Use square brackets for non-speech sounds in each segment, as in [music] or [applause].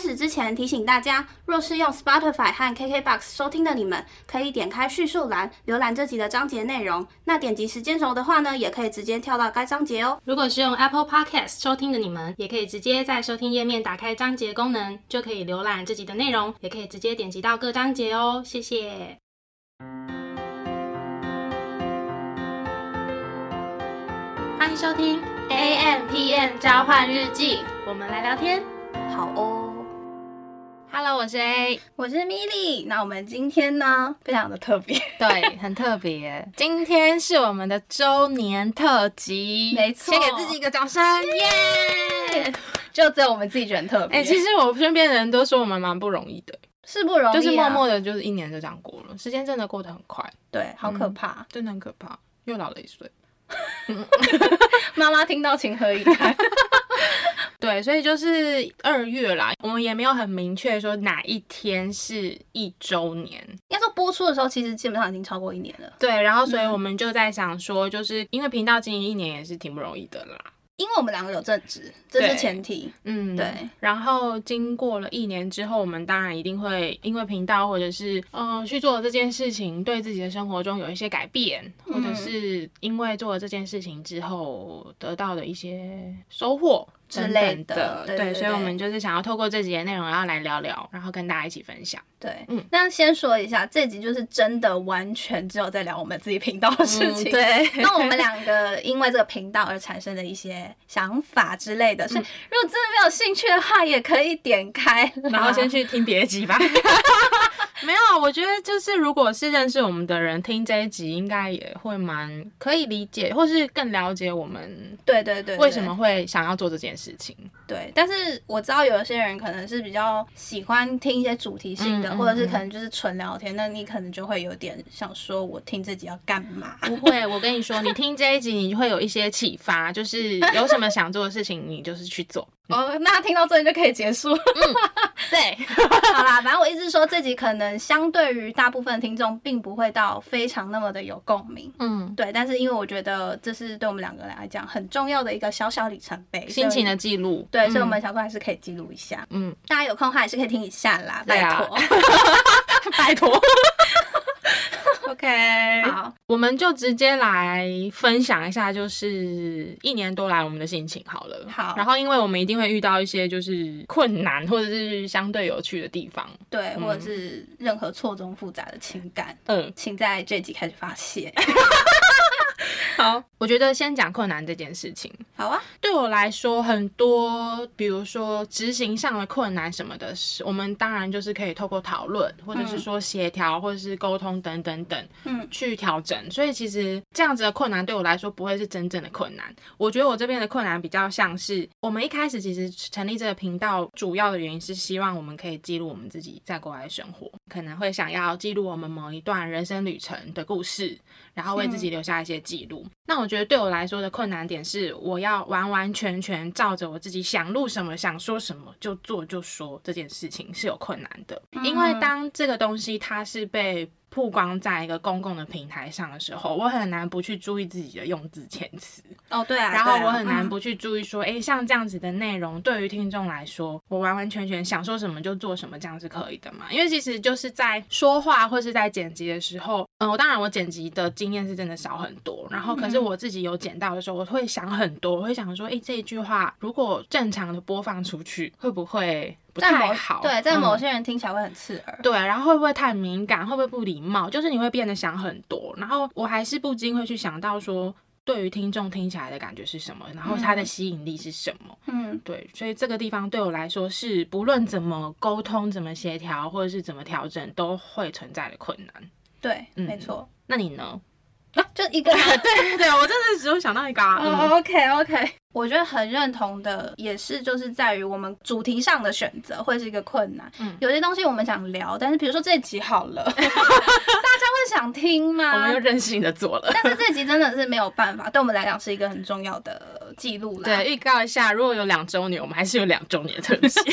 始之前，提醒大家，若是用 Spotify 和 KKBox 收听的你们，可以点开叙述栏浏览这集的章节内容。那点击时间轴的话呢，也可以直接跳到该章节哦。如果是用 Apple Podcast 收听的你们，也可以直接在收听页面打开章节功能，就可以浏览这集的内容，也可以直接点击到各章节哦。谢谢。欢迎收听 A M P M 交换日记，我们来聊天。好哦， Hello，我是 A，我是米莉。那我们今天嗯呢，非常的特别， [laughs] 对，很特别。 [laughs] 今天是我们的周年特辑，没错先给自己一个掌声，耶！就只有我们自己觉得很特别，哎、其实我身边的人都说我们蛮不容易的，是不容易、啊，就是默默的，就是一年就这样过了，时间真的过得很快，对，好可怕。 [laughs] 真的很可怕，又老了一岁。妈妈听到情何 [laughs] 以堪？对，所以就是二月啦，我们也没有很明确说哪一天是一周年。应该说播出的时候，其实基本上已经超过一年了，对，然后所以我们就在想说，就是因为频道经营一年也是挺不容易的啦。因为我们两个有正职，这是对前提。嗯，对。然后经过了一年之后，我们当然一定会因为频道或者是嗯、呃去做这件事情，对自己的生活中有一些改变，或者是因为做了这件事情之后得到的一些收获之等类等的的。对对所以对我们就是想要透过这几节内容，然后来聊聊，然后跟大家一起分享。对，嗯那先说一下，这集就是真的完全只有在聊我们自己频道的事情。嗯对 [laughs] 那我们两个因为这个频道而产生的一些想法之类嗯的，所以如果真的没有兴趣的话，也可以点开， [laughs] 然后先去听别集吧。 [laughs] 没有，我觉得就是如果是认识我们的人听这一集，应该也会蛮可以理解，或是更了解我们对对对，对为什么会想要做这件事情。对，但是我知道有一些人可能是比较喜欢听一些主题性的，嗯嗯或者是可能就是纯聊天，那你可能就会有点想说，我听自己要干嘛？不会，我跟你说，你听这一集，你会有一些启发，就是有什么想做的事情，你就是去做。哦，那听到这里就可以结束。对， [laughs] 好啦，反正我一直说这集可能相对于大部分听众，并不会到非常那么的有共鸣。嗯，对，但是因为我觉得这是对我们两个来讲很重要的一个小小里程碑，心情的所以记录。对，嗯所以我们小怪还是可以记录一下，嗯，大家有空的话还是可以听一下啦，对拜啊托。 [laughs] 嗯拜托。OK，好，我们就直接来分享一下，就是一年多来我们的心情好了。好然后因为我们一定会遇到一些就是困难或者是相对有趣的地方。对，或者是任何错综复杂的情感，嗯，请在这集开始发泄。 [laughs] 好，我觉得先讲困难这件事情。好啊，对我来说，很多比如说执行上的困难什么的，是我们当然就是可以透过讨论，或者是说协调，或者是沟通等等等，嗯，去调整。所以其实这样子的困难对我来说不会是真正的困难。我觉得我这边的困难比较像是，我们一开始其实成立这个频道，主要的原因是希望我们可以记录我们自己在国外的生活，可能会想要记录我们某一段人生旅程的故事，然后为自己留下一些记录。那我觉得对我来说的困难点是，我要完完全全照着我自己想录什么、想说什么就做就说这件事情是有困难的，因为当这个东西它是被曝光在一个公共的平台上的时候，我很难不去注意自己的用字遣词，哦对啊，然后对啊我很难嗯不去注意说，诶，像这样子的内容对于听众来说，我完完全全想说什么就做什么，这样是可以的嘛？因为其实就是在说话或是在剪辑的时候，嗯、我当然我剪辑的经验是真的少很多，然后嗯可是我自己有剪到的时候，我会想很多，我会想说，诶，这一句话如果正常的播放出去，会不会不在太某好？对，在某嗯些人听起来会很刺耳。对，然后会不会太敏感？会不会不礼貌？就是你会变得想很多，然后我还是不禁会去想到说，对于听众听起来的感觉是什么，然后它的吸引力是什么？嗯，对，所以这个地方对我来说是不论怎么沟通、怎么协调，或者是怎么调整，都会存在的困难。对，嗯没错，那你呢？ [laughs] 啊，就一个人对对，我真的只有想到一个、啊。嗯哦、o k OK，我觉得很认同的，也是就是在于我们主题上的选择会是一个困难。嗯有些东西我们想聊，但是比如说这集好 [laughs] 了，大家会想听吗？我们又任性的做了。 [laughs] 但是这集真的是没有办法，对我们来讲是一个很重要的记录啦。对，预告一下，如果有两周年，我们还是有两周年的特辑。 [laughs]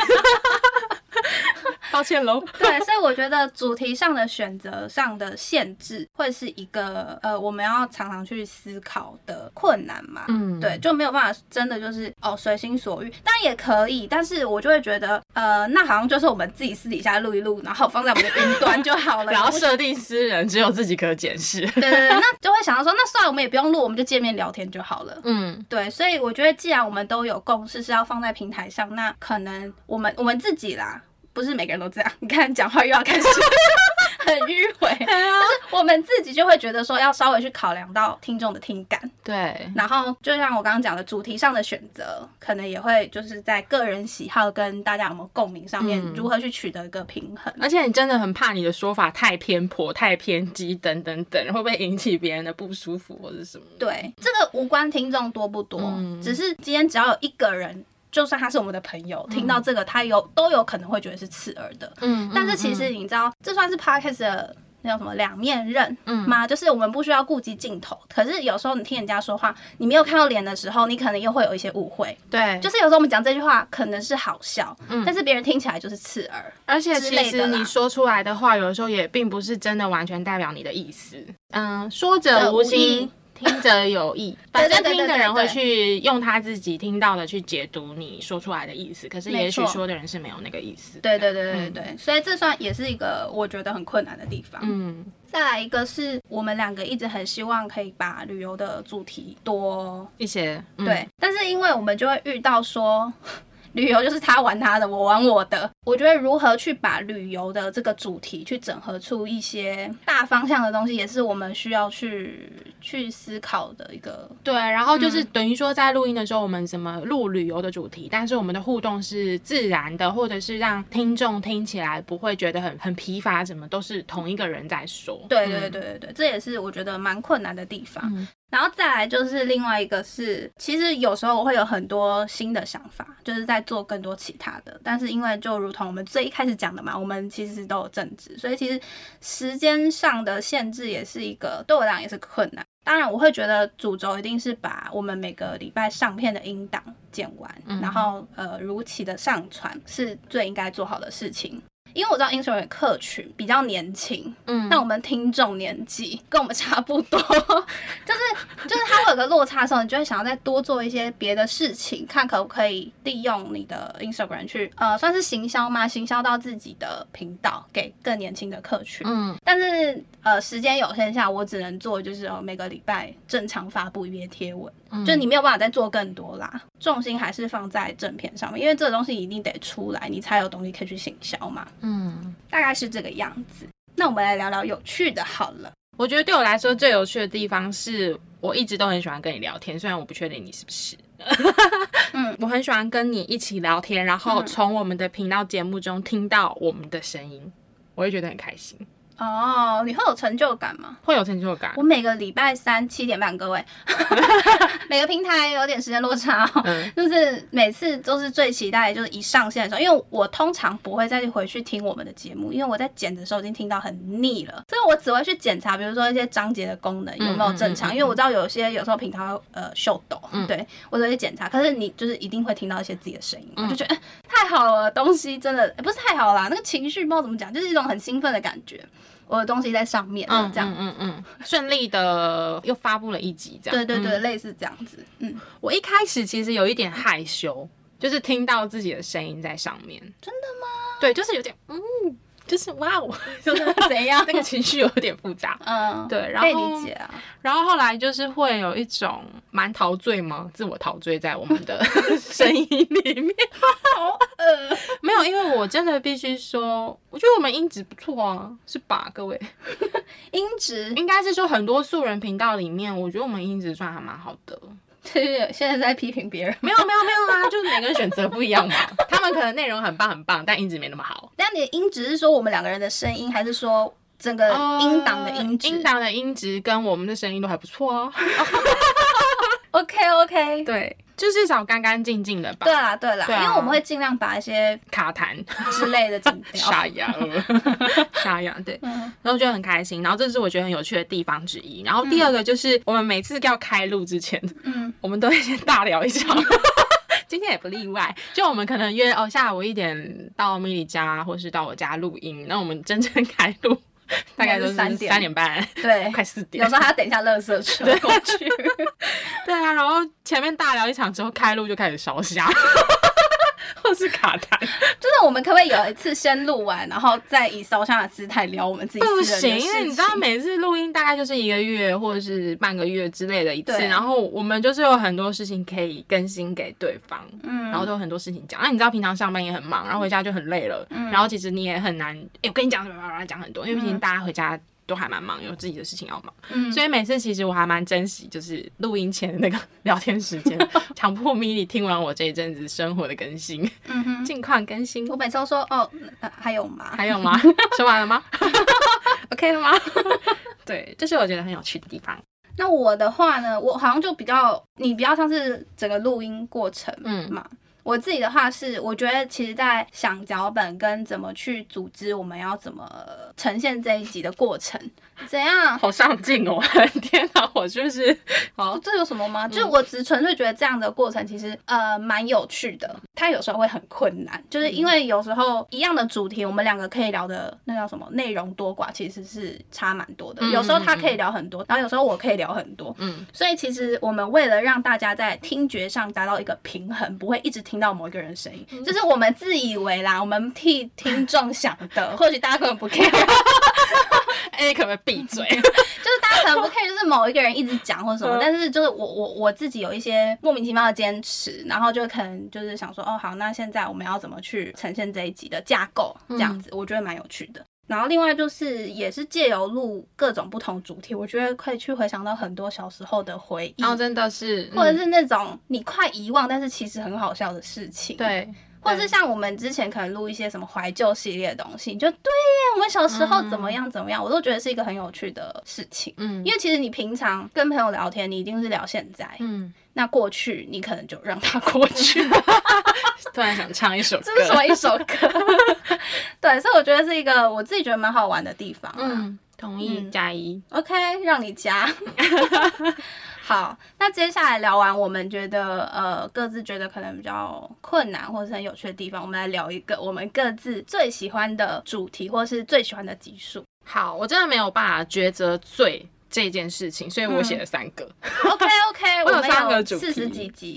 抱歉喽。 [laughs] 对，所以我觉得主题上的选择上的限制，会是一个呃我们要常常去思考的困难嘛。嗯对，，就没有办法真的就是哦随心所欲，当然也可以，但是我就会觉得呃那好像就是我们自己私底下录一录，然后放在我们的云端就好了， [laughs] 然后不设定私人，只有自己可检视。对对对，那就会想到说，那算了，我们也不用录，我们就见面聊天就好了。嗯，对，所以我觉得，既然我们都有共识是要放在平台上，那可能我们我们自己啦，不是每个人都这样。你看，讲话又要开始 [laughs] 很迂回，啊就是我们自己就会觉得说，要稍微去考量到听众的听感，对，然后就像我刚刚讲的，主题上的选择，可能也会就是在个人喜好跟大家有没有共鸣上面，嗯如何去取得一个平衡。而且你真的很怕你的说法太偏颇、太偏激等等等，会不会引起别人的不舒服或者什么？对，这个无关听众多不多，嗯只是今天只要有一个人，就算他是我们的朋友，听到这个，他有都有可能会觉得是刺耳的。嗯但是其实你知道，这算是 podcast 的那叫什么两面刃嗯吗？就是我们不需要顾及镜头，可是有时候你听人家说话，你没有看到脸的时候，你可能又会有一些误会。嗯对，就是有时候我们讲这句话可能是好笑，嗯但是别人听起来就是刺耳。而且之其类实的啦你说出来的话，有的时候也并不是真的完全代表你的意思。嗯，说者者无无心心，听者 [laughs] 有意。对反对正对听的对人会对去用他自己听到的去解读你说出来的意思，可是没也许错说的人是没有那个意思。对对对嗯对对，所以这算也是一个我觉得很困难的地方。嗯，再来一个是我们两个一直很希望可以把旅游的主题多一些嗯对，但是因为我们就会遇到说。 [laughs] 旅游就是他玩他的，我玩我的。我觉得如何去把旅游的这个主题去整合出一些大方向的东西，也是我们需要去去思考的一个。对，然后就是嗯等于说，在录音的时候，我们怎么录旅游的主题，但是我们的互动是自然的，或者是让听众听起来不会觉得很很疲乏，什么都是同一个人在说。对嗯对对对对，这也是我觉得蛮困难的地方。嗯然后再来就是另外一个是，其实有时候我会有很多新的想法，就是在做更多其他的。但是因为就如同我们最一开始讲的嘛，我们其实都有正职，所以其实时间上的限制也是一个对我来讲也是个困难。当然，我会觉得主轴一定是把我们每个礼拜上片的音档剪完，嗯然后呃如期的上传是最应该做好的事情。因为我知道 Instagram 客群比较年轻，嗯但我们听众年纪跟我们差不多， [laughs] 就是就是它会有个落差的时候，你就会想要再多做一些别的事情，看可不可以利用你的 Instagram 去呃算是行销吗？行销到自己的频道给更年轻的客群。嗯，但是呃时间有限下，我只能做就是、呃、每个礼拜正常发布一篇贴文，嗯就你没有办法再做更多啦。重心还是放在正片上面，因为这个东西一定得出来，你才有东西可以去行销嘛。嗯。大概是这个样子。那我们来聊聊有趣的好了。我觉得对我来说最有趣的地方是我一直都很喜欢跟你聊天，虽然我不确定你是不是。嗯， [laughs] 我很喜欢跟你一起聊天，然后嗯从我们的频道节目中听到我们的声音，我会觉得很开心，哦，你会有成就感吗？会有成就感我。每个礼拜三七点半，各 [laughs] 位，每个平台有点时间落差、哦。嗯，就是每次都是最期待，就是一上线的时候，因为我通常不会再去回去听我们的节目，因为我在剪的时候已经听到很腻了，所以我只会去检查，比如说一些章节的功能有没有正常，嗯嗯嗯嗯因为我知道有些有时候平台会呃秀抖，嗯对我都会检查，可是你就是一定会听到一些自己的声音，嗯我就觉得、哎太好了，东西真的、哎不是太好啦，那个情绪不知道怎么讲，就是一种很兴奋的感觉，我的东西在上面了，嗯，这样。嗯嗯嗯，顺利的又发布了一集，这样。对对对，嗯类似这样子，嗯， [laughs] 我一开始其实有一点害羞，就是听到自己的声音在上面。真的吗？对，就是有点，嗯，就是哇哦，就是怎样 [laughs] 那个情绪有点复杂。嗯，对然可以后理解啊，然后后来就是会有一种蛮陶醉吗？自我陶醉在我们的 [laughs] 声音里 [laughs] 面。呃，没有，因为我真的必须说，我觉得我们音质不错啊，是吧？各位，音质应该是说很多素人频道里面，我觉得我们音质算还蛮好的。对，现在在批评别人。没有没有没有啊，就是每个人选择不一样嘛。 [laughs] 他们可能内容很棒很棒，但音质没那么好。 [laughs] 那你的音质是说我们两个人的声音，还是说整个音档的音质、呃哦音档的音质跟我们的声音都还不错哦。 o k OK。 [laughs] 对，就至少干干净净的吧对。啦对啦，对啊因为我们会尽量把一些卡痰、之类的剪 [laughs] 掉。沙哑、沙哑，对。嗯，然后觉得很开心，然后这是我觉得很有趣的地方之一。然后 [laughs] 第二个就是我们每次要开录之前，嗯 [laughs] 我们都会先大聊一场。今今天也不例外。就我们可能约哦，下午一点到米莉家，或是到我家录音，那我们真正开录大概都是应该是3点哎三点半，对，快四点有。时候还要等一下垃圾车过 [laughs] 去。对啊，然后前面大聊一场之后，开录就开始 [laughs] 烧虾，或是卡痰，就是我们可不可以有一次先录完，然后再以烧香的姿态聊我们自己不私人行，的事因为你知情道每次录音大概就是一个月或者是半个月之类的一次，对然后我们就是有很多事情可以更新给对方，嗯，然后都有很多事情讲。那、你知道平常上班也很忙，然后回家就很累了，然后其实你也很难，哎、我跟你讲，叭叭叭讲很多，因为毕竟大家回家。都还蛮忙，有自己的事情要忙，嗯所以每次其实我还蛮珍惜，就是录音前的那个聊天时 [laughs] 间，强迫米莉听完我这一阵子生活的更新，嗯哼，近况更 [laughs] 新我，每次都说哦、呃还有吗？还有吗？说完了 [laughs] 吗？OK [laughs] 了吗？对，这是我觉得很有趣的地方。那我的话呢，我好像就比较你比较像是整个录音过程嗯嘛。我自己的话是，我觉得其实，在想脚本跟怎么去组织，我们要怎么呈现这一集的过程，怎样？好上进哦！ [laughs] 天哪，我是不是？好，这有什么吗？就是嗯我只纯粹觉得这样的过程其实呃蛮有趣的，它有时候会很困难，就是嗯因为有时候一样的主题，我们两个可以聊的那叫什么内容多寡其实是差蛮多的。嗯有时候他可以聊很多，然后有时候我可以聊很多，嗯，所以其实我们为了让大家在听觉上达到一个平衡，不会一直听到某一个人的声音，嗯这、是我们自以为啦，我们替听众想 [laughs] 的，或许大家根本不 care，哎、可不可以闭嘴？就是大家可能 [laughs] 不 care，就是某一个人一直讲或什么嗯，但是就是我我我自己有一些莫名其妙的坚持，然后就可能就是想说，哦好，那现在我们要怎么去呈现这一集的架构，这样嗯子、我觉得蛮有趣的。然后另外就是也是借由录各种不同主题，我觉得可以去回想到很多小时候的回忆， [laughs] 然哦后真的是，或者嗯是那种你快遗忘但是其实很好笑的事情，。对，或 [laughs] 者是像我们之前可能录一些什么怀旧系列的东西，你就对耶，我们小时候怎么样怎么样，我都觉得是一个很有趣的事情。嗯因为其实你平常跟朋友聊天，你一定是聊现在，嗯，那过去你可能就让它过去， [laughs] 突然想唱一首歌，这是什么一首歌？ [laughs] 对，所以我觉得是一个我自己觉得蛮好玩的地方、啊。嗯，同意嗯加一。 OK，让你 [laughs] 加。好，那接下来聊完我们觉得呃各自觉得可能比较困难或是很有趣的地方，我们来聊一个我们各自最喜欢的主题或是最喜欢的集 [laughs] 数。好，我真的没有办法抉择最这件事情，所以我写了三个。 OK OK，我有我们三个有主题四十几集，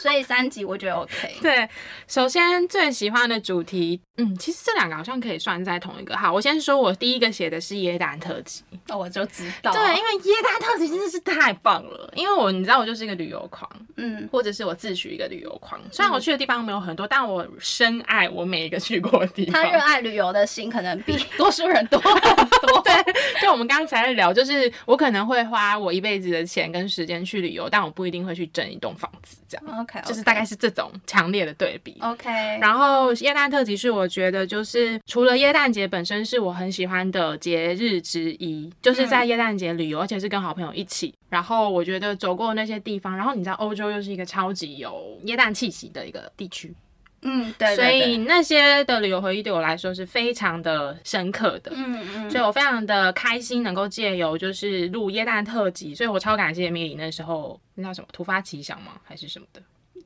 所以三集我觉得 [laughs] OK。对，首先最喜欢的主题，嗯，其实这两个好像可以算在同一个。好，我先说我第一个写的是耶诞特辑，哦，我就知道。对，因为耶诞特辑真的是太棒了，因为我你知道我就是一个旅游狂，嗯，或者是我自诩一个旅游狂。虽然我去的地方没有很多，但我深爱我每一个去过的地方他。热爱旅游的心可能 [laughs] 比多数人多很多。对，就我们刚刚才在聊，就是我可能会花我一辈子的钱跟时间去旅游，但我不一定会去整一栋房子，这样 OK，就是大概是这种强烈的对比。 OK。然后耶诞特辑是我觉得就是除了耶诞节本身是我很喜欢的节日之一，就是嗯在耶诞节旅游，而且是跟好朋友一起。然后我觉得走过那些地方，然后你知道欧洲又是一个超级有耶诞气息的一个地区，嗯，对对所对以那些的旅游回忆对我来说是非常的深刻的。嗯嗯，所以我非常的开心能够借由就是录耶诞特辑，所以我超感谢米里那时候那叫什么突发奇想吗？还是什么的？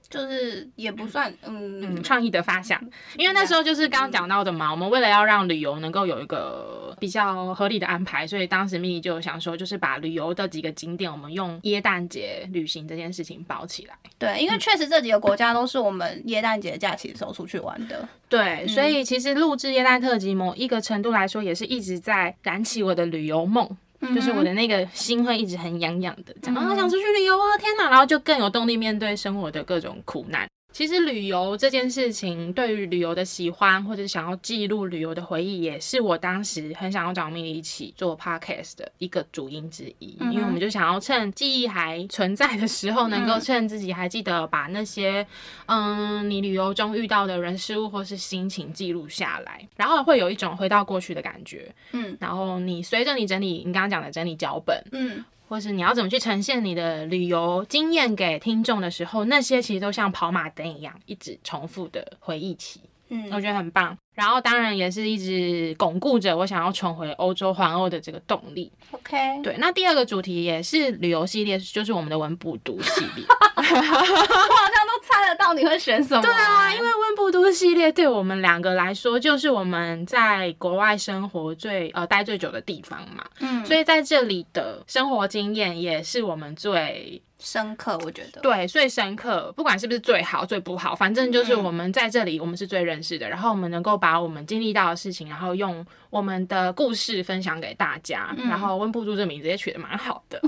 就是也不算，嗯嗯，创意的发想，因为那时候就是刚刚讲到的嘛，我们为了要让旅游能够有一个比较合理的安排，所以当时米莉就有想说，就是把旅游的几个景点，我们用耶诞节旅行这件事情包起来。对，因为确实这几个国家都是我们耶诞节假期的时候出去玩的。对，所以其实录制耶诞特辑，某一个程度来说，也是一直在燃起我的旅游梦。嗯就是我的那个心会一直很痒痒的，讲啊想出去旅游啊，天哪！然后就更有动力面对生活的各种苦难。其实旅游这件事情，对于旅游的喜欢或者想要记录旅游的回忆，也是我当时很想要找蜜莉一起做 podcast 的一个主因之一。因为我们就想要趁记忆还存在的时候，能够趁自己还记得，把那些嗯你旅游中遇到的人事物或是心情记录下来，然后会有一种回到过去的感觉。嗯然后你随着你整理你刚刚讲的整理脚本，嗯，或是你要怎么去呈现你的旅游经验给听众的时候，那些其实都像跑马灯一样，一直重复的回忆起，嗯我觉得很棒。然后当然也是一直巩固着我想要重回欧洲环欧的这个动力。 ，OK，对，那第二个主题也是旅游系列，就是我们的文不读系列。 [laughs] 我好像都猜看得到，你会选什么？对啊，因为温布都系列对我们两个来说，就是我们在国外生活最呃待最久的地方嘛，嗯，所以以在这里的生活经验也是我们最深刻，我觉得。对最深刻，不管是不是最好最不好，反正就是嗯我们在这里，我们是最认识的，然后我们能够把我们经历到的事情，然后用我们的故事分享给大家，嗯然后温布都这名字也取得蛮好 [laughs] 的。 [laughs]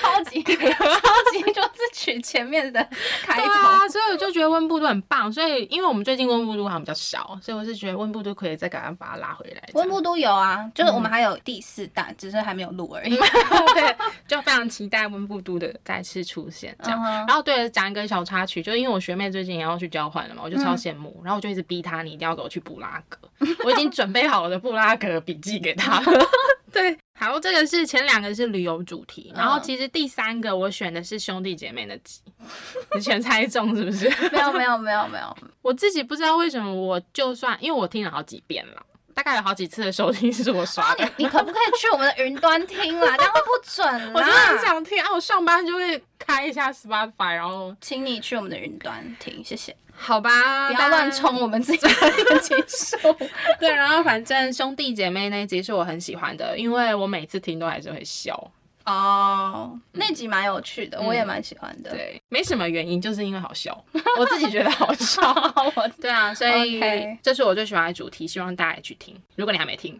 超级 [laughs] 超级就是取前面的开对头。啊，所以我就觉得温布都很棒。所以因为我们最近温布都好像比较少，所以我是觉得温布都可以再赶快把它拉回来。温布都有啊，就是我们还有第四弹，只是还没有录而已。这样 [laughs] 对，就非常期待温布都的再次出现这样。嗯哼然后对了，讲一个小插曲，就是因为我学妹最近也要去交换了嘛，我就超嗯羡慕，然后我就一直逼她，你一定要给我去布拉格，我已经准备好我的布拉格笔记给她了。 [laughs] 对，好，这个是前两个是旅游主题，然后嗯其实第三个我选的是兄弟姐妹的集， [laughs] 你全猜中是不是？ [laughs] [laughs] 没有没有没有没有，我自己不知道为什么，我就算因为我听了好几遍了，大概有好几次的收听是我刷的， [laughs] 你可不可以去我们的云端听啦？这 [laughs] 样会不准我就很啦。想听啊！我上班就会开一下 Spotify，然后请你去我们的云端听，谢谢。好吧，不大要家乱冲我们自己的电竞数。 [laughs] 对，然后反正兄弟姐妹那一集是我很喜欢的，因为我每次听都还是会笑。哦，那集蛮有趣的，我也蛮喜欢 [laughs] 的。嗯对，没什么原因，就是因为好 [laughs] 笑，我自己觉得好笑。我 [laughs] 对啊，所以 OK 这是我最喜欢的主题，希望大家也去听。如果你还没听，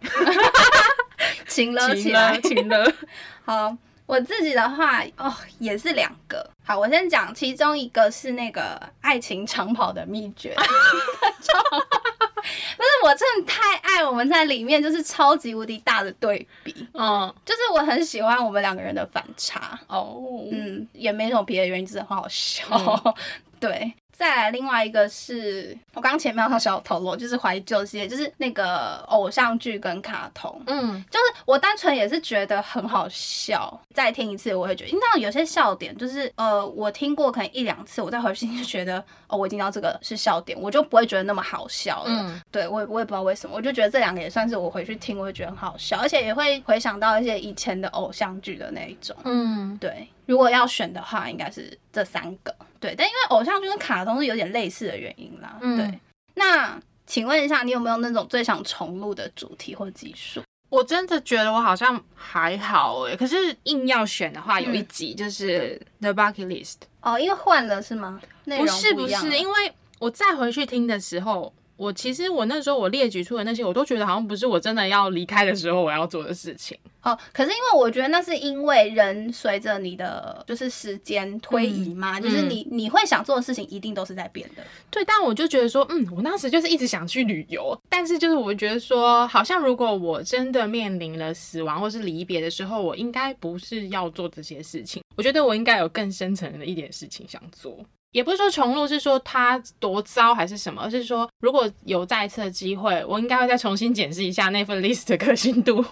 请了起请来了，。 [laughs] 请了。 [laughs] 好，我自己的话，哦，也是两个。好，我先讲，其中一个是那个爱情长跑的秘诀。 [laughs] 就但是我真的太爱我们在里面，就是超级无敌大的对比，嗯，就是我很喜欢我们两个人的反差。哦，嗯，也没什么别的原因，就是很好笑。嗯 [laughs] 对，再来另外一个是我刚前面有小透露，就是怀旧系列，就是那个偶像剧跟卡通。嗯，就是我单纯也是觉得很好笑，再听一次我会觉得，你知道有些笑点就是呃，我听过可能一两次，我再回去听就觉得哦，我已经知道这个是笑点，我就不会觉得那么好笑了。嗯对我也我也不知道为什么，我就觉得这两个也算是我回去听我会觉得很好笑，而且也会回想到一些以前的偶像剧的那一种。嗯，对，如果要选的话，应该是这三个。对，但因为偶像剧跟卡通是有点类似的原因啦。嗯对，那请问一下，你有没有那种最想重录的主题或集数？我真的觉得我好像还好哎，可是硬要选的话，嗯有一集就是《The Bucket List》，哦，因为换了是吗？内不容是不不一样是，了因为我再回去听的时候。我其实我那时候我列举出的那些，我都觉得好像不是我真的要离开的时候我要做的事情。哦，可是因为我觉得那是因为人随着你的就是时间推移嘛，就是你你会想做的事情一定都是在变的。对，但我就觉得说，嗯，我当时就是一直想去旅游，但是就是我觉得说，好像如果我真的面临了死亡或是离别的时候，我应该不是要做这些事情。我觉得我应该有更深层的一点事情想做。也不是说重录是说它多糟还是什么，而是说如果有再一次的机会，我应该会再重新检视一下那份 list 的 [laughs] 可信度，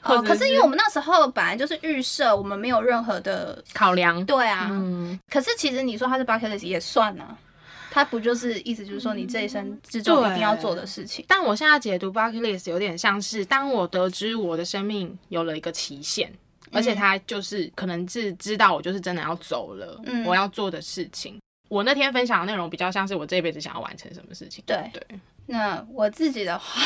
或哦，者可是因为我们那时候本来就是预设，我们没有任何的考量。对啊，嗯，可是其实你说他是 bucket list 也算啊，他不就是意思就是说你这一生之中对一定要做的事情？但我现在解读 bucket list 有点像是，当我得知我的生命有了一个期限，嗯而且他就是可能是知道我就是真的要走了，嗯我要做的事情。我那天分享的内容比较像是我这辈子想要完成什么事情。对对， [laughs] 那我自己的话，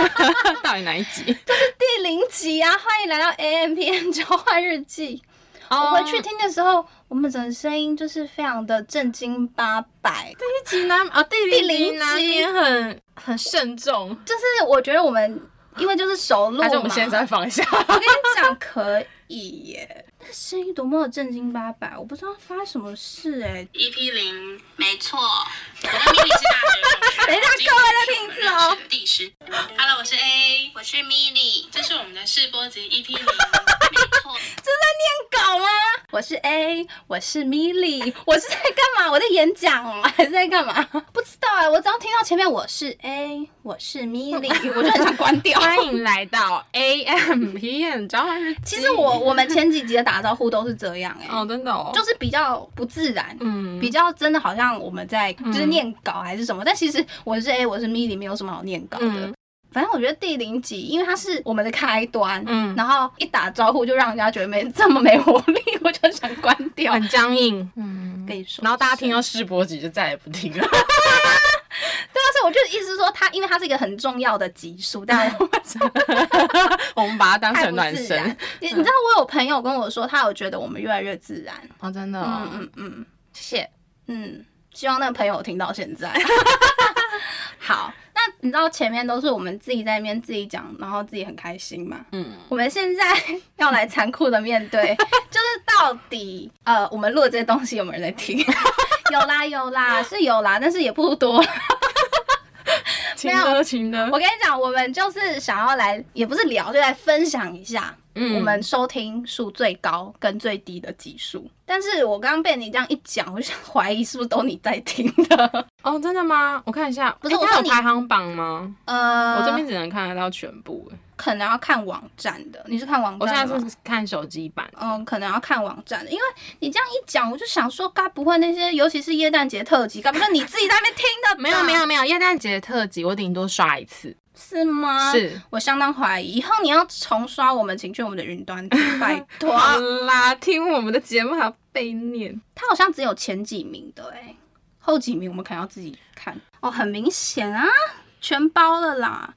[laughs] 到底哪一集？第零集啊，欢迎来到 A M P M 交换日记。 [laughs] 我回去哦听的时候，我们整个声音就是非常的震惊八百，第一集呢？哦，第啊第零零集难集免很很慎重，就是我觉得我们因为就是熟路还嘛，是啊我们现在放 [laughs] 一下？我跟你讲可以耶，那声音多么的震惊八百，我不知道发生什么事哎、 EP 零，没错，我跟 Mini 是大学同学。等一下各位的听字哦，第十。Hello，我是 A，我是 Mini，这是我们的试播集 EP 零，没错。搞吗？我是 A，我是 Milly，我是在干嘛？我在演讲哦， [laughs] 还是在干嘛？不知道哎、我只要听到前面我是 A，我是 [laughs] Milly，我就很想关掉。欢迎来到 [laughs] AM PM 召唤日记。其实我我们前几集的打招呼都是这样哎、哦，真的哦，就是比较不自然。嗯比较真的好像我们在就是念稿还是什么，但其实我是 A，我是 Milly，没有什么好念稿的。嗯反正我觉得第零集，因为它是我们的开端，嗯然后 [laughs] 一打招呼就让人家觉得没这么没活力，我就想关掉。很僵硬。嗯。跟你说。然后大家听到世博集就再也不听了。 [laughs] 对啊，所以我就意思是说它，因为它是一个很重要的集数，但我们我们把它 [laughs] 当太成不暖自身嗯然。你你知道我有朋友跟我说，他有觉得我们越来越自然。哦，真的、嗯哦， [laughs] 嗯嗯谢谢。嗯，希望那个朋友有听到现 [laughs] 在。好，那你知道前面都是我们自己在那边自己讲，然后自己很开心嘛？嗯，我们现在要来残酷的面 [laughs] 对，就是到底呃，我们录的这些东西有没有人在听？ [laughs] 有啦有啦，是有啦，但是也不多。情有的情 [laughs] 的，我跟你讲，我们就是想要来，也不是聊，就来分享一下嗯我们收听数最高跟最低的集数。但是我刚刚被你这样一讲，我就想怀疑是不是都你在听的？ [laughs] 哦，真的吗？我看一下，不是诶我它说有你排行榜吗？呃，我这边只能看得到全部，诶可能要看网站的，你是看网我现站在的吗？是看手机版。嗯，可能要看网站的，因为你这样一讲，我就想说，该不会那些，尤其是耶诞节特辑，该不会你自己在那边听的吧？ [laughs] 没有没有没有，耶诞节特辑我顶多刷一次，是吗？，是。我相当怀疑，以后你要重刷我们，请去我们的云端听，拜托。好啦，听我们的节目还要被念，它好像只有前几名的哎、后几名我们可能要自己看哦，很明显啊，全包了啦。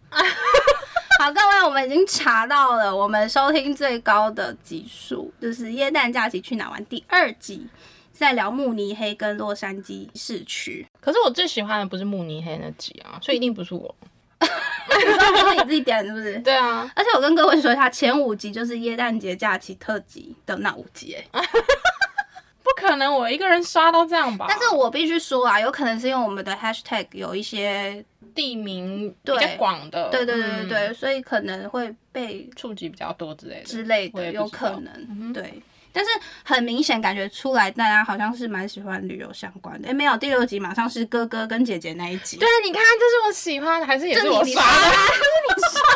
好，各位，我们已经查到了，我们收听最高的集数就是耶诞假期去哪玩第二集，是在聊慕尼黑跟洛杉矶市区。可是我最喜欢的不是慕尼黑那集啊，所以一定不是我。你知道是你自己点的是不是？对啊，而且我跟各位说一下，前五集就是耶诞节假期特辑的那五集、欸，不可能我一个人刷到这样吧？但是我必须说啊，有可能是因为我们的 hashtag 有一些，地名比对较广的，对对对对对，嗯，所以可能会被触及比较多之类的。之类我的，也不有知可道嗯能、哼对。但是很明显感觉出来，大家好像是蛮喜欢旅游相关的。哎，没有，第六集马上是哥哥跟姐姐那一集，对，，啊你看，这是我喜欢的，还是也就是你我你刷的？刷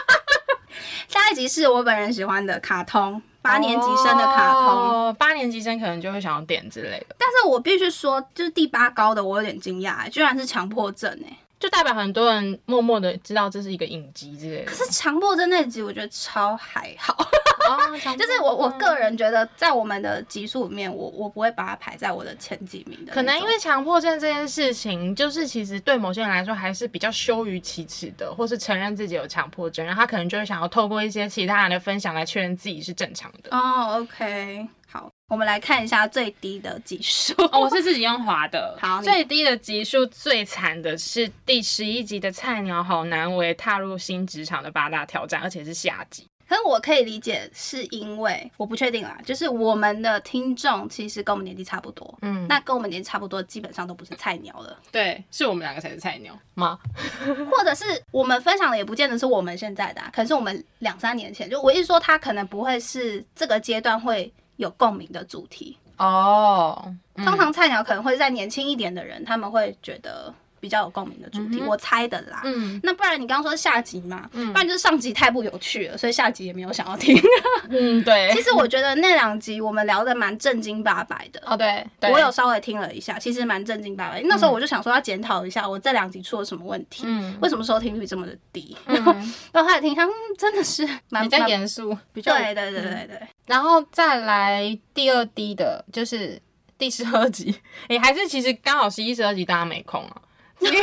下一集是我本人喜欢的卡通，八年级生的卡通。哦，八年级生可能就会想要点之类的，但是我必须说，就是第八高的，我有点惊讶、欸居然是强迫症哎、就代表很多人默默的知道这是一个影集之类的。可可是强迫症那集我觉得超还好， [laughs] 哦， [laughs] 想不就是我我个人觉得，在我们的集数里面，我我不会把它排在我的前几名的那种。可能因为强迫症这件事情，就是其实对某些人来说还是比较羞于启齿的，或是承认自己有强迫症，然后他可能就会想要透过一些其他人的分享来确认自己是正常的。哦、o k 好，我们来看一下最低的级数。 [laughs] 哦，我是自己用滑的。好你最低的集数最惨的是第十一集的菜鸟好难为踏入新职场的八大挑战，而且是下集。 [laughs] 可是我可以理解，是因为我不确定啦，就是我们的听众其实跟我们年纪差不多，嗯，那跟我们年纪差不多，基本上都不是菜鸟了，对，是我们两个才是菜鸟吗？或者是我们分享的也不见得是我们现在的、啊，可能是我们两三年前。就我一说，他可能不会是这个阶段会有共鸣的主题。哦，通常菜鸟可能会在年轻一点的人，他们会觉得比较有共鸣的主题，嗯哼我猜的啦。嗯，那不然你刚刚说下集嘛，不然就是上集太不有趣了，所以下集也没有想要听。嗯，对， [laughs] 其实我觉得那两集我们聊的蛮正经八百的。哦，对，对我有，稍微听了一下，其实蛮正经八百。那时候我就想说要检讨一下，我这两集出了什么问题，嗯，为什么收听率这么的低？嗯然后后来听一下，嗯，真的是蛮比较蛮严嗯肃，比较对对对对对，然后再来第二低的，就是第十二集， [laughs] 诶，还是其实刚好十一、十二集大家没空啊，这个还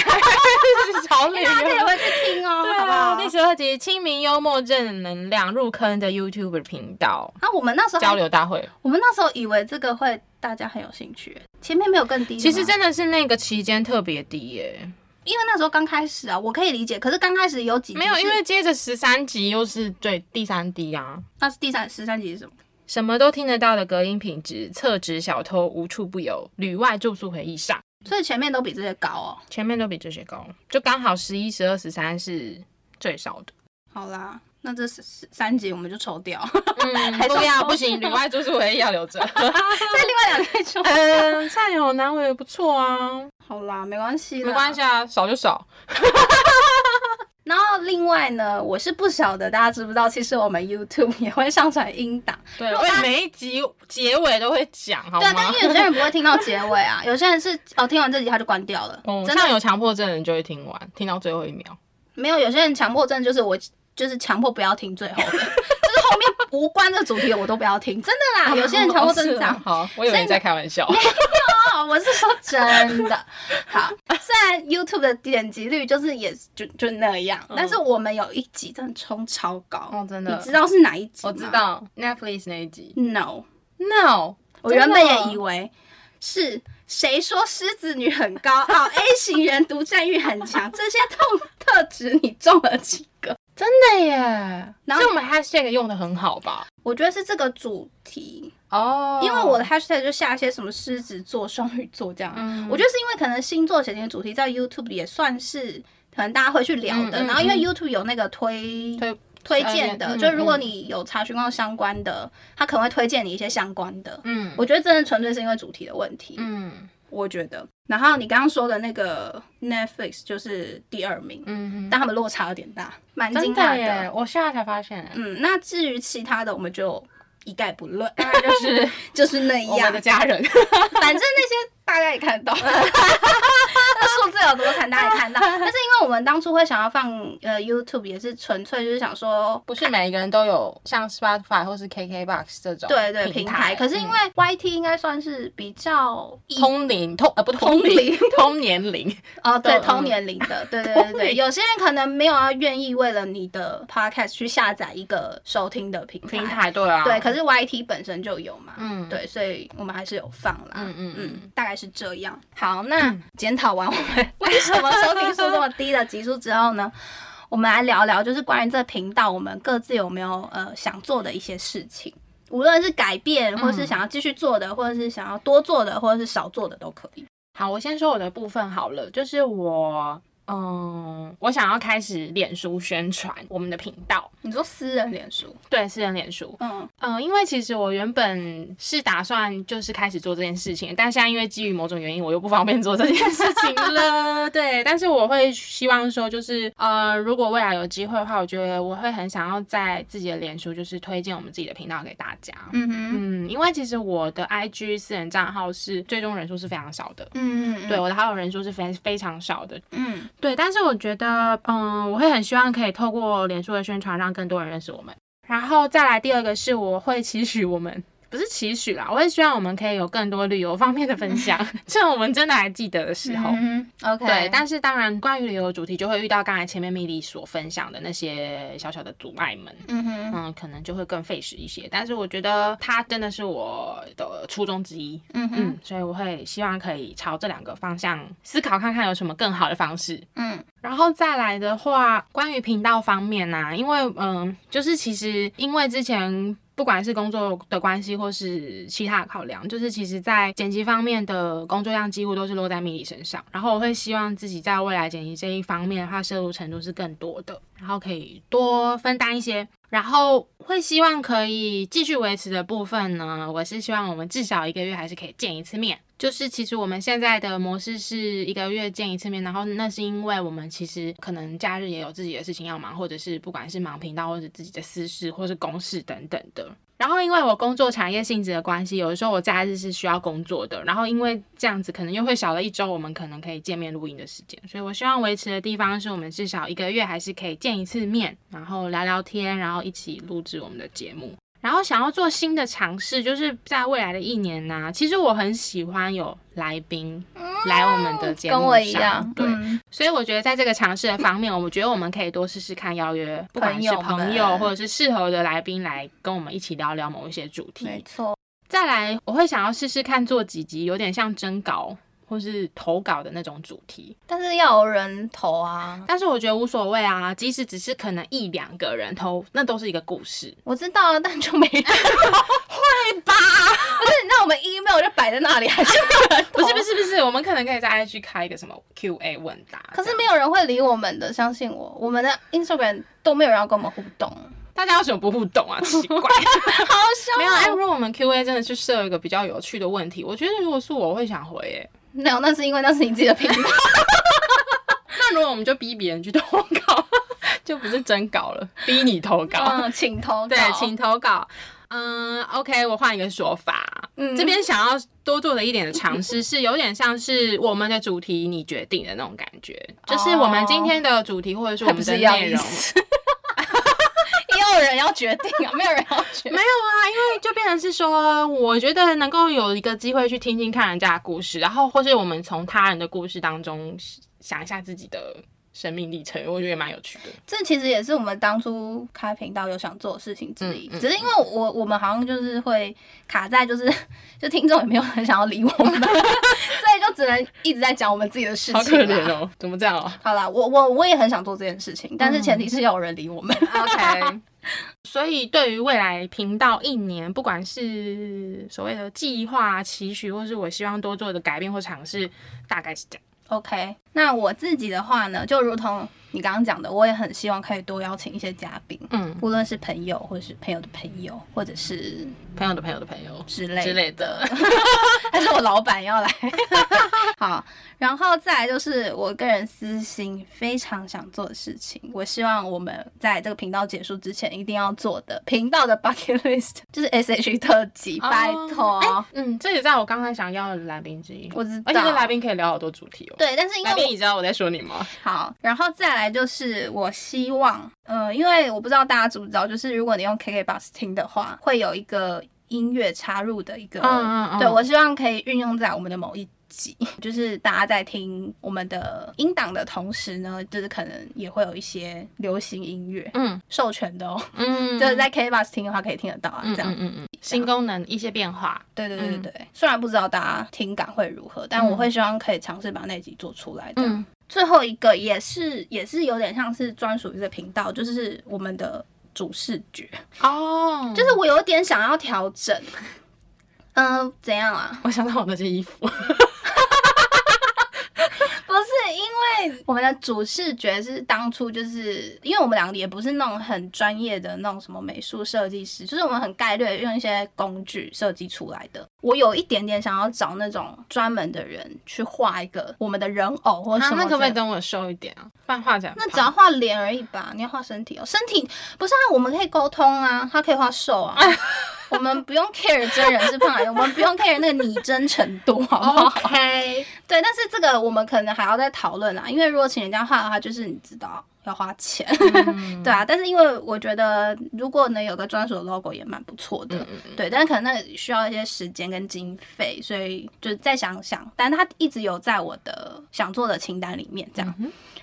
[laughs] 是少理哎大家可以由。回去听哦，对好不好啊，？第十二集清明幽默正能量入坑的 YouTube 频道啊，我们那时交候流大会，我们那时候以为这个会大家很有兴趣，前面没有更低的吗。其实真的是那个期间特别低耶，因为那时候刚开始啊，我可以理解，可是刚开始有几集没有，是因为接着十三集又是对第三低啊，那是第三十三集是什么？什么都听得到的隔音品质，厕纸小偷无处不有，旅外住宿回忆上，所以前面都比这些高哦。前面都比这些高，就刚好十一、十二、十三是最少的。好啦，那这三三集我们就抽掉，嗯， [laughs] 还是要不要抽不行，旅外住宿回忆要留着。那另外两个抽。 [laughs] 嗯，菜鸟难为不错啊， [laughs] 好啦，没关系，没关系。啊，少就少。然后另外呢，我是不晓得大家知不知道，其实我们 YouTube 也会上传音档，对，如果大我每一集结尾都会讲，好对啊，但吗因？为有些人不会听到结尾 [laughs] 啊，有些人是哦听完这集他就关掉了，嗯，真像的有强迫症的人就会听完，听到最后一秒。没有。有些人强迫症就是我就是强迫不要听最后的，就是后面 [laughs] 无 [laughs] 啊 [laughs] 关的主题我都不要听，真的啦。有些人强迫症是这样， [laughs] 好，我以为你在开玩笑。哦有，我是说真的。好，虽然 YouTube 的点击率就是也就就那样，但是我们有一集真的冲超高，嗯哦真的你知道是哪一集我吗知道 Netflix 那一集，No， ，No，我原本也以为为是谁说狮子女很高傲，A 型人独占欲很强，这些特特质你中了几个？真的耶，然后所以我们 hashtag 用的很好吧？我觉得是这个主题，哦因为我的 hashtag 就下一些什么狮子座、 [laughs] 双鱼座这样。嗯我觉得是因为可能星座写的主题在 YouTube 也算是可能大家会去聊的，嗯嗯然后因为嗯 YouTube 有那个推推推荐的，嗯就如果嗯你有查询到相关的，他可能会推荐你一些相关的。嗯我觉得真的纯粹是因为主题的问题，嗯我觉得。然后你刚刚说的那个 Netflix 就是第二名，嗯，但他们落差有点大，蛮惊真讶的的耶，。我现在才发现，嗯，那至于其他的，我们就一概不论，大概就是 [laughs] 就是那我们样的。家 [laughs] 人，反正那些大家也看到， [laughs] 那数字有多惨大家也看到。但是因为我们当初会想要放呃 YouTube，也是纯粹就是想说。不是每一个人都有像 Spotify 或是 KKBox 这种对对，平平台。可是因为 YT 应该算是比较嗯通龄通呃不通同龄龄通年 [laughs] 龄，哦，对，懂同年龄的，对对对同对，龄有些人可能没有要愿意为了你的 podcast 去下载一个收听的平台，平台对啊，对，可是 YT 本身就有嘛，嗯对，所以我们还是有放啦，嗯嗯嗯大概是这样。好，那检讨完我们为什么收听数这么低的集数之后呢？我们来聊聊，就是关于这频道，我们各自有没有呃想做的一些事情，无论是改变，或嗯是想要继续做的，或者是想要多做的，或者是少做的都可以。好，我先说我的部分好了，就是我。嗯，我想要开始脸书宣传我们的频道，你说私人脸书，对私人脸书。嗯，嗯，因为其实我原本是打算就是开始做这件事情，但现在因为基于某种原因，我又不方便做这件事情 [laughs] 了。对，但是我会希望说，就是呃，如果未来有机会的话，我觉得我会很想要在自己的脸书就是推荐我们自己的频道给大家。嗯哼，嗯，因为其实我的 IG 私人账号是追踪人数是非常少的，嗯嗯，对，我的好友人数是非非常少的，嗯对，但是我觉得，嗯，我会很希望可以透过脸书的宣传，让更多人认识我们。然后再来第二个是，我会期许我们。不是期许啦，我会希望我们可以有更多旅游方面的 [laughs] 分享，趁我们真的还记得的时候。嗯哼，OK，对，但是当然，关于旅游的主题，就会遇到刚才前面米莉所分享的那些小小的阻碍们，嗯哼，嗯，可能就会更费时一些。但是我觉得它真的是我的初衷之一，嗯嗯哼，，所以我会希望可以朝这两个方向思考，看看有什么更好的方式。嗯然后再来的话，关于频道方面呢、因为嗯，就是其实因为之前不管是工作的关系，或是其他的考量，就是其实在剪辑方面的工作量几乎都是落在米莉身上。然后我会希望自己在未来剪辑这一方面的话，摄入程度是更多的，然后可以多分担一些。然后会希望可以继续维持的部分呢，我是希望我们至少一个月还是可以见一次面。就是其实我们现在的模式是一个月见一次面，然后那是因为我们其实可能假日也有自己的事情要忙，或者是不管是忙频道或者自己的私事或是公事等等的。然后因为我工作产业性质的关系，有的时候我假日是需要工作的，然后因为这样子可能又会少了一周我们可能可以见面录音的时间，所以我希望维持的地方是我们至少一个月还是可以见一次面，然后聊聊天，然后一起录制我们的节目。然后想要做新的尝试，就是在未来的一年呐、其实我很喜欢有来宾来我们的节目嗯跟上，我一样，对，嗯所以我觉得在这个尝试的方面，我觉得我们可以多试试看邀约，不管是朋友朋们友或者是适合的来宾来跟我们一起聊聊某一些主题。没错，再来，我会想要试试看做几集，有点像征稿或是投稿的那种主题，但是要有人投啊。但是我觉得无所谓啊，即使只是可能一两个人投，那都是一个故事。我知道啊，但就没 [laughs] 会吧？不是，那我们 email 就摆在那里，还是 [laughs] 没有人投不是不。是不是，我们可能可以在 IG 开一个什么 Q&A 问答，可是这样没有人会理我们的，相信我，我们的 Instagram 都没有人要跟我们互动，大家为什么不互动 [laughs] 啊？奇怪。 [laughs] 好笑没有，哎、啊！如果我们 Q&A 真的去设一个比较有趣的问题，我觉得如果是我，我会想回、耶。没有，那是因为那是你自己的频道。那如果我们就逼别人去投稿， [laughs] 就不是真稿 [laughs] 了，逼你投稿。 [laughs] 嗯，请投稿。对，请投稿。嗯，OK，我换一个说法。嗯这边想要多做的一点的尝 [laughs] 试，是有点像是我们的主题你决定的那种感哦觉，就是我们今天的主题或者是我还不们的是一样内意容，思。也有人要决定啊，没有人要决 [laughs] 没有啊，因为就变成是说，我觉得能够有一个机会去听听看人家的故事，然后或是我们从他人的故事当中想一下自己的生命历程，我觉得也蛮有趣的。 [laughs] 这其实也是我们当初开频道有想做的事情之一，嗯嗯只是因为我我们好像就是会卡在就是 [laughs] 就听众也没有很想要理我 [laughs] 们，所以就只能一直在讲我们自己的事情。啊好可怜。哦，怎么这样哦？好啦，我我我也很想做这件事情，但是嗯前提是要有人理我们。 [laughs] OK，所 [laughs] 以对于未来频道一年，不管是所谓的计划、期许，或是我希望多做的改变或尝试，大概是这样。 OK，那我自己的话呢，就如同你刚刚讲的，我也很希望可以多邀请一些嘉宾，嗯，无论是朋友，或是朋友的朋友，或者是朋友的朋友的朋友之类之类的。 [laughs] 还是我老板要来。 [laughs] 好，然后再来就是我个人私心非常想做的事情，我希望我们在这个频道结束之前一定要做的频道的 bucket list 就是 S H E 特辑，哦拜托。嗯，这也在我刚才想要的来宾之一。我知道而且这来宾可以聊好多主题哦。，对，但是因为来我宾你知道我在说你吗？好，然后再来就是我希望，呃，因为我不知道大家知不知道，就是如果你用 KK Bus 听的话，会有一个音乐插入的一个，嗯嗯嗯对我希望可以运用在我们的某一。集， [laughs] 就是大家在听我们的音档的同时呢，就是可能也会有一些流行音乐，嗯授权的哦，嗯就是在 K Bus 听的话可以听得到啊，嗯这样嗯嗯嗯，新功能一些变化。对对对对对，虽然不知道大家听感会如何，但我会希望可以尝试把那集做出来。这样，嗯最后一个也是也是有点像是专属于这个频道，就是我们的主视觉，哦，就是我有点想要调整。嗯、怎样啊？我想到我那些衣服。不是因为我们的主视觉是当初就是因为我们两个也不是那种很专业的那种什么美术设计师，就是我们很概略用一些工具设计出来的。我有一点点想要找那种专门的人去画一个我们的人偶或啊什么那的。可不可以等我瘦一点啊？不然画起来很那只胖要画脸而已吧，你要画身体哦。身体不是啊，我们可以沟通啊，他可以画瘦 [laughs] 啊，我们不用 care 真人是胖还是，我们不用 care 那个拟真程度，好不好 OK，对，但是这个我们可能还要再讨论啦，因为如果请人家画的话，就是你知道要花钱，[laughs] 嗯对啊。但是因为我觉得，如果能有个专属的 logo 也蛮不错嗯的，对。但是可能那需要一些时间跟经费，所以就再想想。但是它一直有在我的想做的清单里面，这嗯样、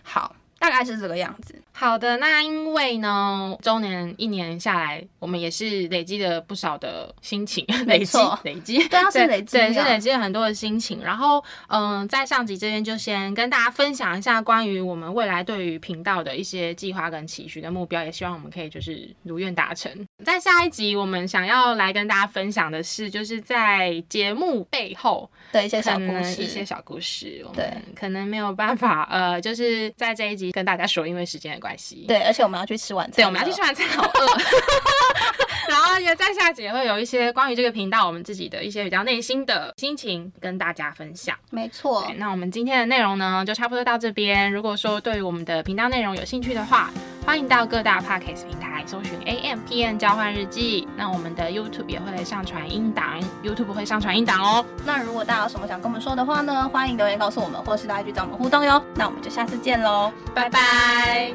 好，大概是这个样子。好的，那因为呢，周年一年下来，我们也是累积了不少的心情，累积错累积，对啊是累积啊对，是累积了很多的心情。然后，嗯、在上集这边就先跟大家分享一下关于我们未来对于频道的一些计划跟期许的目标，也希望我们可以就是如愿达成。在下一集，我们想要来跟大家分享的是，就是在节目背后的一些小可故能事，一些小故事，我对们可能没有办法，呃，就是在这一集跟大家说，因为时间的关系，对，而且我们要去吃晚餐了，对，我们要去吃晚餐，好饿。 [laughs] 然后也在下集也会有一些关于这个频道我们自己的一些比较内心的心情跟大家分享。没错对，，那我们今天的内容呢，就差不多到这边。如果说对于我们的频道内容有兴趣的话，欢迎到各大 podcast 平台搜寻 AM PM 交换日记。那我们的 YouTube 也会上传音档，YouTube 会上传音档哦。那如果大家有什么想跟我们说的话呢，欢迎留言告诉我们，或是来去找我们互动哟。那我们就下次见喽，拜拜